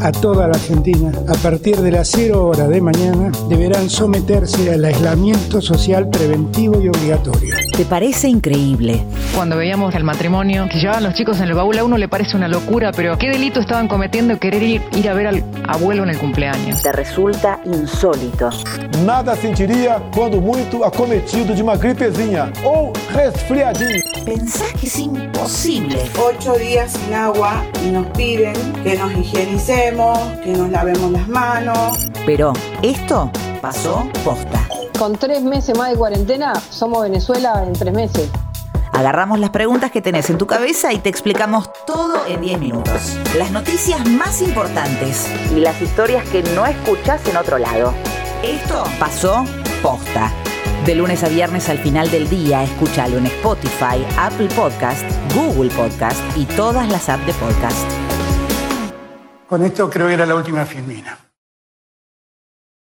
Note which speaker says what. Speaker 1: a toda la Argentina, a partir de las 0 horas de mañana, deberán someterse al aislamiento social preventivo y obligatorio.
Speaker 2: ¿Te parece increíble?
Speaker 3: Cuando veíamos el matrimonio, que llevaban los chicos en el baúl, a uno le parece una locura, pero ¿qué delito estaban cometiendo querer ir, ir a ver al abuelo en el cumpleaños?
Speaker 2: Te resulta insólito.
Speaker 4: Nada sentiría cuando muito acometido de una gripezinha o resfriadinho.
Speaker 2: Pensás que es imposible.
Speaker 5: Ocho días sin agua y nos piden que nos higienicemos, que nos lavemos las manos.
Speaker 2: Pero esto pasó posta.
Speaker 6: Con tres meses más de cuarentena, somos Venezuela en tres meses.
Speaker 2: Agarramos las preguntas que tenés en tu cabeza y te explicamos todo en 10 minutos. Las noticias más importantes. Y las historias que no escuchás en otro lado. Esto pasó posta. De lunes a viernes al final del día, escúchalo en Spotify, Apple Podcast, Google Podcast y todas las apps de podcast.
Speaker 1: Con esto creo que era la última filmina.